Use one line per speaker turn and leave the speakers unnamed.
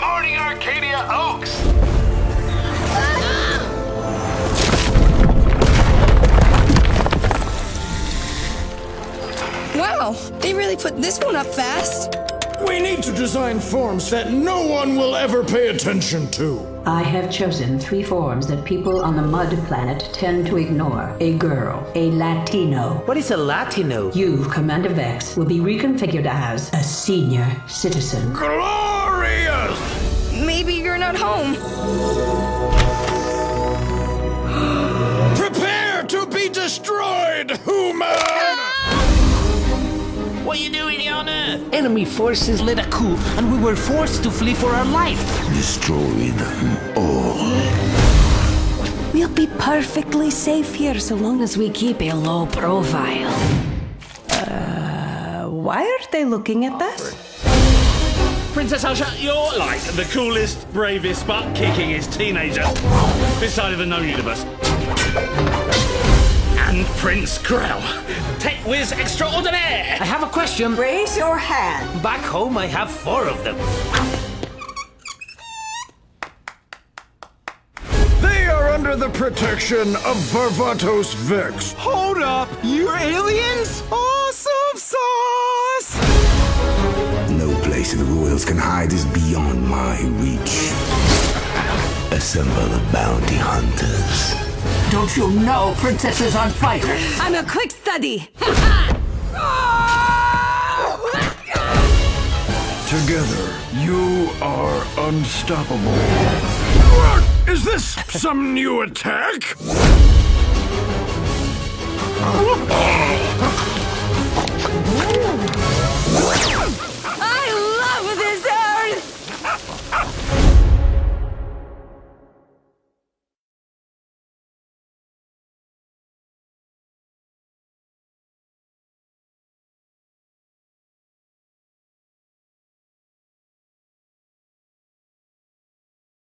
morning, Arcadia Oaks!
Wow, they really put this one up fast.
We need to design forms that no one will ever pay attention to.
I have chosen three forms that people on the Mud Planet tend to ignore a girl, a Latino.
What is a Latino?
You, Commander Vex, will be reconfigured as a senior citizen.
Glorious!
Maybe you're not home.
Prepare to be destroyed, human!
What are you doing here on Earth?
Enemy forces led a coup, and we were forced to flee for our life.
Destroy them all.
We'll be perfectly safe here so long as we keep a low profile. Uh, why are they looking at us?
Princess Asha, you're like the coolest, bravest, butt kickingest teenager this side of the known universe. And Prince Krell, Tech Whiz Extraordinaire!
I have a question.
Raise your hand.
Back home, I have four of them.
They are under the protection of Varvatos Vex.
Hold up! You're aliens? Awesome sauce!
No place the royals can hide is beyond my reach. Assemble the bounty hunters.
Don't you know Princess is on fire?
I'm a quick study.
Together, you are unstoppable. What? Is this some new attack?